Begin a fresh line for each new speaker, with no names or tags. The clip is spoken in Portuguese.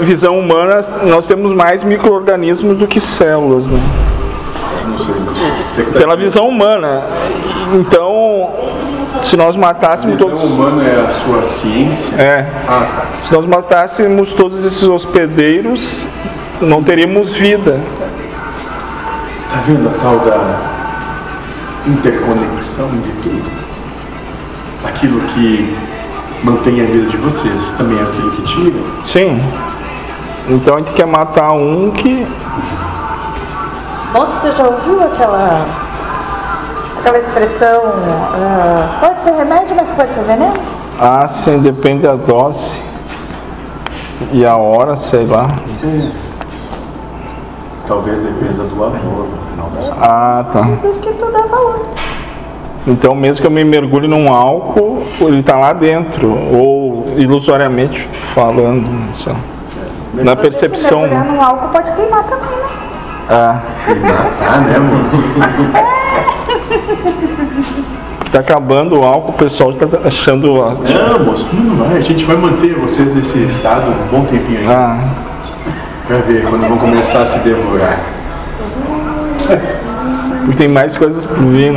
visão humana, nós temos mais micro-organismos do que células, né?
Não sei. Você que tá
Pela
aqui.
visão humana. Então, se nós
A
matássemos
visão
todos.
humana é a sua ciência.
É,
Ah,
se nós matássemos todos esses hospedeiros, não teríamos vida.
tá. Tá vendo a tal da interconexão de tudo? Aquilo que mantém a vida de vocês também é aquilo que tira.
Sim. Então a gente quer matar um que.
Nossa, você já ouviu aquela. aquela expressão. ah, pode ser remédio, mas pode ser veneno?
Ah, sim, depende da dose. E a hora, sei lá.
É. Talvez dependa do amor no final das contas.
Ah, tá.
Porque tu dá valor.
Então mesmo que eu me mergulhe num álcool, ele tá lá dentro. Ou ilusoriamente falando, não sei lá. Na
Porque se
percepção.
mergulhar num álcool pode queimar também, né?
Ah,
Ah, né, moço?
tá acabando o álcool, o pessoal tá achando. ó,
Não, moço, não vai. A gente vai manter vocês nesse estado um bom tempinho ainda.
Ah,
Vai ver quando vão começar a se devorar.
porque tem mais coisas por vir, né?